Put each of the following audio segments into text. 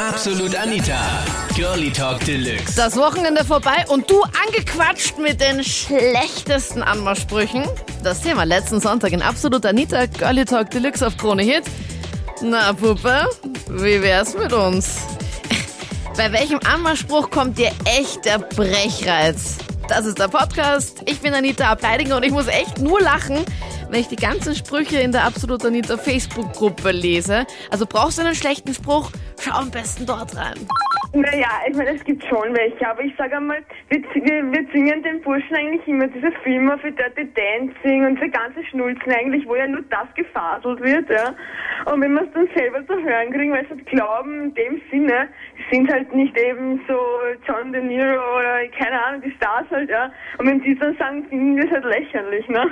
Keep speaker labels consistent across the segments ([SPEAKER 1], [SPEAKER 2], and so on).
[SPEAKER 1] Absolut Anita. Girlie Talk Deluxe.
[SPEAKER 2] Das Wochenende vorbei und du angequatscht mit den schlechtesten Anmachsprüchen. Das Thema letzten Sonntag in Absolut Anita, Girlie Talk Deluxe auf Krone Hit. Na, Puppe, wie wär's mit uns? Bei welchem Anmachspruch kommt dir echt der Brechreiz? Das ist der Podcast. Ich bin Anita Ableidinger und ich muss echt nur lachen, wenn ich die ganzen Sprüche in der Absolut Anita Facebook-Gruppe lese. Also brauchst du einen schlechten Spruch? Schau am besten dort rein.
[SPEAKER 3] Naja, ich meine, es gibt schon welche, aber ich sage einmal, wir, z- wir, wir singen den Burschen eigentlich immer diese Filme für Dirty Dancing und diese ganze Schnulzen eigentlich, wo ja nur das gefaselt wird, ja. Und wenn wir es dann selber zu hören kriegen, weil sie halt glauben, in dem Sinne, sie sind halt nicht eben so John De Niro oder keine Ahnung, die Stars halt, ja. Und wenn die dann sagen, finden wir es halt lächerlich, ne?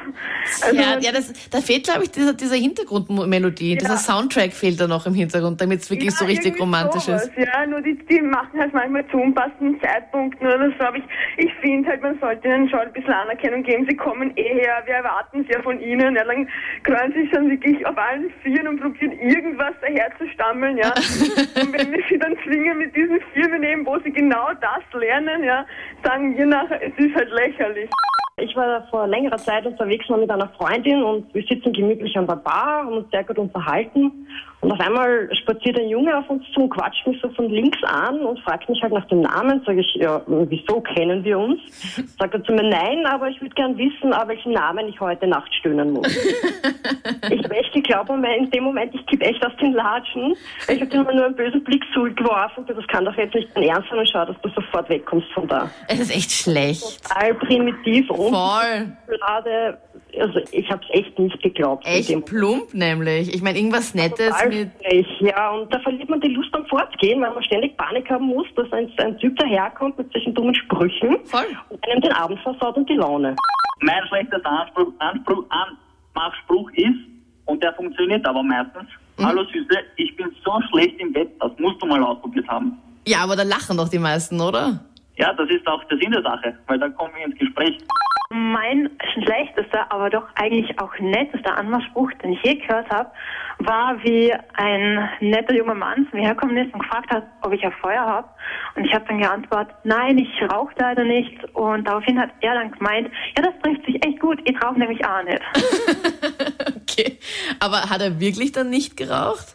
[SPEAKER 3] Also,
[SPEAKER 2] Ja, ja das, da fehlt, glaube ich, dieser, dieser Hintergrundmelodie, dieser Soundtrack fehlt da noch im Hintergrund, damit es wirklich so richtig
[SPEAKER 3] irgendwie
[SPEAKER 2] romantisch
[SPEAKER 3] sowas,
[SPEAKER 2] ist.
[SPEAKER 3] Ja, nur die, die machen halt manchmal zu unpassenden Zeitpunkten oder so. Aber ich, ich finde halt, man sollte ihnen schon ein bisschen Anerkennung geben. Sie kommen eh her, wir erwarten es ja von ihnen. Ja, dann kreuzen sie sich dann wirklich auf allen Vieren und probieren irgendwas daherzustammeln, ja. und wenn wir sie dann zwingen mit diesen Firmen eben, wo sie genau das lernen, ja, sagen wir nachher, es ist halt lächerlich.
[SPEAKER 4] Ich war äh, vor längerer Zeit unterwegs mal mit einer Freundin und wir sitzen gemütlich an der Bar, haben uns sehr gut unterhalten. Und auf einmal spaziert ein Junge auf uns zu und quatscht mich so von links an und fragt mich halt nach dem Namen. Sage ich, ja, wieso kennen wir uns? Sagt er zu mir, nein, aber ich würde gern wissen, auf welchen Namen ich heute Nacht stöhnen muss. ich habe echt geglaubt, Moment, in dem Moment, ich kipp echt aus den Latschen. Ich habe dir nur einen bösen Blick zurückgeworfen. Das kann doch jetzt nicht dein Ernst sein und schau, dass du sofort wegkommst von da.
[SPEAKER 2] Es ist echt schlecht.
[SPEAKER 4] All primitiv und
[SPEAKER 2] Voll.
[SPEAKER 4] Schokolade, also ich habe es echt nicht geglaubt.
[SPEAKER 2] Echt plump nämlich. Ich meine, irgendwas Nettes mit.
[SPEAKER 4] Mit ja, und da verliert man die Lust am Fortgehen, weil man ständig Panik haben muss, dass ein, ein Typ daherkommt mit solchen dummen Sprüchen
[SPEAKER 2] Voll.
[SPEAKER 4] und einem den Abend versaut und die Laune.
[SPEAKER 5] Mein schlechtester Anspruch, Anspruch, Anmachspruch ist, und der funktioniert aber meistens, hallo Süße, ich bin so schlecht im Bett, das musst du mal ausprobiert haben.
[SPEAKER 2] Ja, aber da lachen doch die meisten, oder?
[SPEAKER 5] Ja, das ist auch der Sinn der Sache, weil dann kommen wir ins Gespräch.
[SPEAKER 6] Mein schlechtester, aber doch eigentlich auch nettester Anmachspruch, den ich je gehört habe, war, wie ein netter junger Mann zu mir hergekommen ist und gefragt hat, ob ich ein Feuer habe. Und ich habe dann geantwortet, nein, ich rauche leider nicht. Und daraufhin hat er dann gemeint, ja, das trifft sich echt gut, ich rauche nämlich auch nicht.
[SPEAKER 2] Okay. Aber hat er wirklich dann nicht geraucht?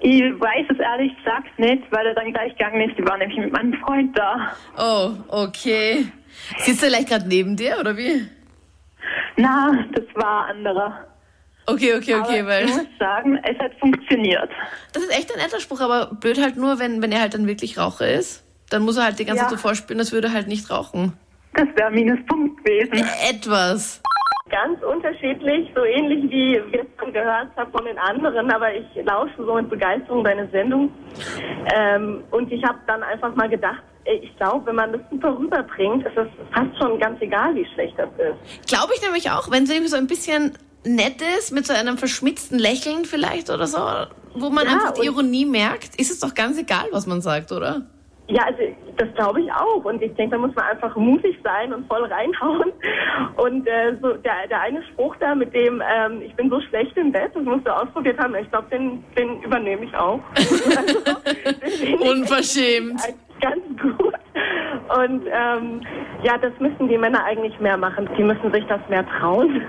[SPEAKER 6] Ich weiß es ehrlich gesagt nicht, weil er dann gleich gegangen ist. Die war nämlich mit meinem Freund da.
[SPEAKER 2] Oh, okay. Sitzt er vielleicht gerade neben dir, oder wie?
[SPEAKER 6] Na, das war ein anderer.
[SPEAKER 2] Okay, okay, okay,
[SPEAKER 6] aber
[SPEAKER 2] weil.
[SPEAKER 6] ich muss sagen, es hat funktioniert.
[SPEAKER 2] Das ist echt ein netter Spruch, aber blöd halt nur, wenn, wenn er halt dann wirklich Raucher ist. Dann muss er halt die ganze
[SPEAKER 6] Ja.
[SPEAKER 2] Zeit so vorspielen, als würde er halt nicht rauchen.
[SPEAKER 6] Das wäre ein Minuspunkt gewesen.
[SPEAKER 2] Äh, Etwas.
[SPEAKER 7] ganz unterschiedlich, so ähnlich wie wir es schon gehört haben von den anderen, aber ich lausche so mit Begeisterung deine Sendung. Ähm, und ich habe dann einfach mal gedacht, ey, ich glaube, wenn man das super rüberbringt, ist es fast schon ganz egal, wie schlecht das ist.
[SPEAKER 2] Glaube ich nämlich auch, wenn es irgendwie so ein bisschen nett ist, mit so einem verschmitzten Lächeln vielleicht oder so, wo man
[SPEAKER 7] Ja,
[SPEAKER 2] einfach die
[SPEAKER 7] und-
[SPEAKER 2] Ironie merkt, ist es doch ganz egal, was man sagt, oder?
[SPEAKER 7] Ja, also das glaube ich auch. Und ich denke, da muss man einfach mutig sein und voll reinhauen. Und äh, so der, der eine Spruch da mit dem, ähm, ich bin so schlecht im Bett, das musst du ausprobiert haben, ich glaube, den, den übernehme ich auch. Also,
[SPEAKER 2] Unverschämt.
[SPEAKER 7] eigentlich ganz gut. Und ähm, ja, das müssen die Männer eigentlich mehr machen. Die müssen sich das mehr trauen.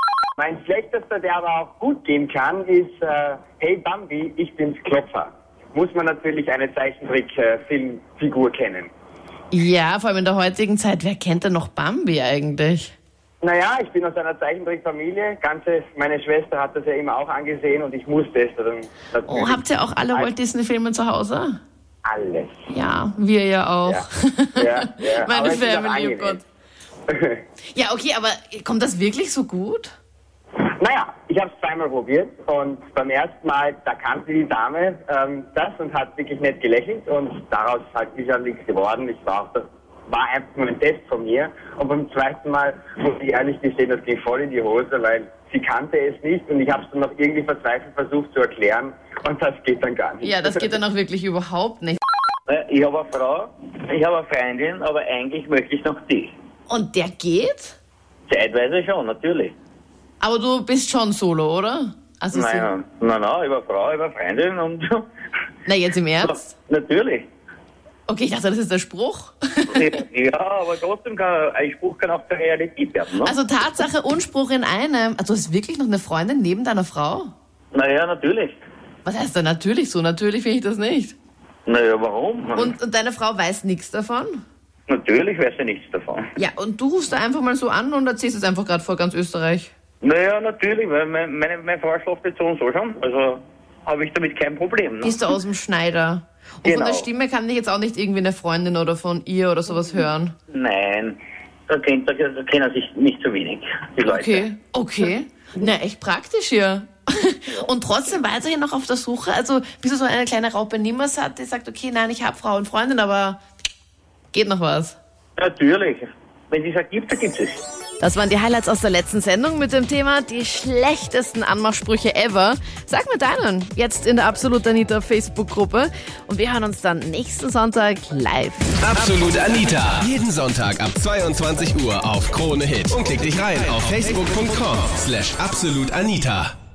[SPEAKER 8] Mein schlechtester, der aber auch gut gehen kann, ist äh, Hey Bambi, ich bin's Klopfer. Muss man natürlich eine Zeichentrick-Filmfigur kennen.
[SPEAKER 2] Ja, vor allem in der heutigen Zeit, wer kennt denn noch Bambi eigentlich?
[SPEAKER 8] Naja, ich bin aus einer Zeichentrickfamilie. Ganze, meine Schwester hat das ja immer auch angesehen und ich musste es dann natürlich.
[SPEAKER 2] Oh, habt ihr auch alle Walt Disney-Filme zu Hause?
[SPEAKER 8] alles.
[SPEAKER 2] Ja, wir ja auch.
[SPEAKER 8] Ja, ja, ja.
[SPEAKER 2] Oh. Meine
[SPEAKER 8] Aber es ist auch
[SPEAKER 2] Family, oh
[SPEAKER 8] angenehm.
[SPEAKER 2] Gott. Ja, okay, aber kommt das wirklich so gut?
[SPEAKER 8] Naja, ich habe es zweimal probiert und beim ersten Mal, da kannte die Dame ähm, das und hat wirklich nett gelächelt und daraus ist halt sicher nichts geworden. Ich war auch, das war einfach nur ein Test von mir und beim zweiten Mal muss ich ehrlich gestehen, das ging voll in die Hose, weil sie kannte es nicht und ich habe es dann noch irgendwie verzweifelt versucht zu erklären und das geht dann gar nicht.
[SPEAKER 2] Ja, das geht dann auch wirklich überhaupt nicht.
[SPEAKER 5] Äh, Ich habe eine Frau, ich habe eine Freundin, aber eigentlich möchte ich noch dich.
[SPEAKER 2] Und der geht?
[SPEAKER 5] Zeitweise schon, natürlich.
[SPEAKER 2] Aber du bist schon solo, oder? Also so-
[SPEAKER 5] nein, nein, ich habe eine Frau, ich habe eine Freundin und
[SPEAKER 2] Na, jetzt im Ernst?
[SPEAKER 9] Natürlich.
[SPEAKER 2] Okay, ich dachte, das ist der Spruch.
[SPEAKER 9] Ja, aber trotzdem kann ein Spruch kann auch zur Realität werden. Ne?
[SPEAKER 2] Also Tatsache und Spruch in einem. Also du hast wirklich noch eine Freundin neben deiner Frau?
[SPEAKER 9] naja, natürlich.
[SPEAKER 2] Was heißt da natürlich so? Natürlich finde ich das nicht.
[SPEAKER 9] Naja, warum?
[SPEAKER 2] Und, und deine Frau weiß nichts davon?
[SPEAKER 9] natürlich weiß sie nichts davon.
[SPEAKER 2] Ja, und du rufst da einfach mal so an und erzählst es einfach gerade vor ganz Österreich.
[SPEAKER 9] Naja, natürlich, weil mein, meine, meine Frau schläft jetzt so und so schon. Also habe ich damit kein Problem.
[SPEAKER 2] Die
[SPEAKER 9] Ne?
[SPEAKER 2] ist da aus dem Schneider. Und von
[SPEAKER 9] Genau.
[SPEAKER 2] der Stimme kann ich jetzt auch nicht irgendwie eine Freundin oder von ihr oder sowas hören.
[SPEAKER 9] Nein, da kennt- da kennen sich nicht zu wenig, die Leute.
[SPEAKER 2] Okay, okay. Na, echt praktisch hier. Und trotzdem weiterhin noch auf der Suche. Also, bis du so eine kleine Raupe niemals hat, die sagt, okay, nein, ich habe Frau und Freundin, aber geht noch was.
[SPEAKER 9] Natürlich. Wenn sie sagt, gibt, dann gibt es.
[SPEAKER 2] Das waren die Highlights aus der letzten Sendung mit dem Thema die schlechtesten Anmachsprüche ever. Sag mir deinen jetzt in der Absolut Anita Facebook-Gruppe. Und wir hören uns dann nächsten Sonntag live.
[SPEAKER 1] Absolut Anita. Jeden Sonntag ab 22 Uhr auf Krone Hit. Und klick dich rein auf facebook.com slash absolutanita.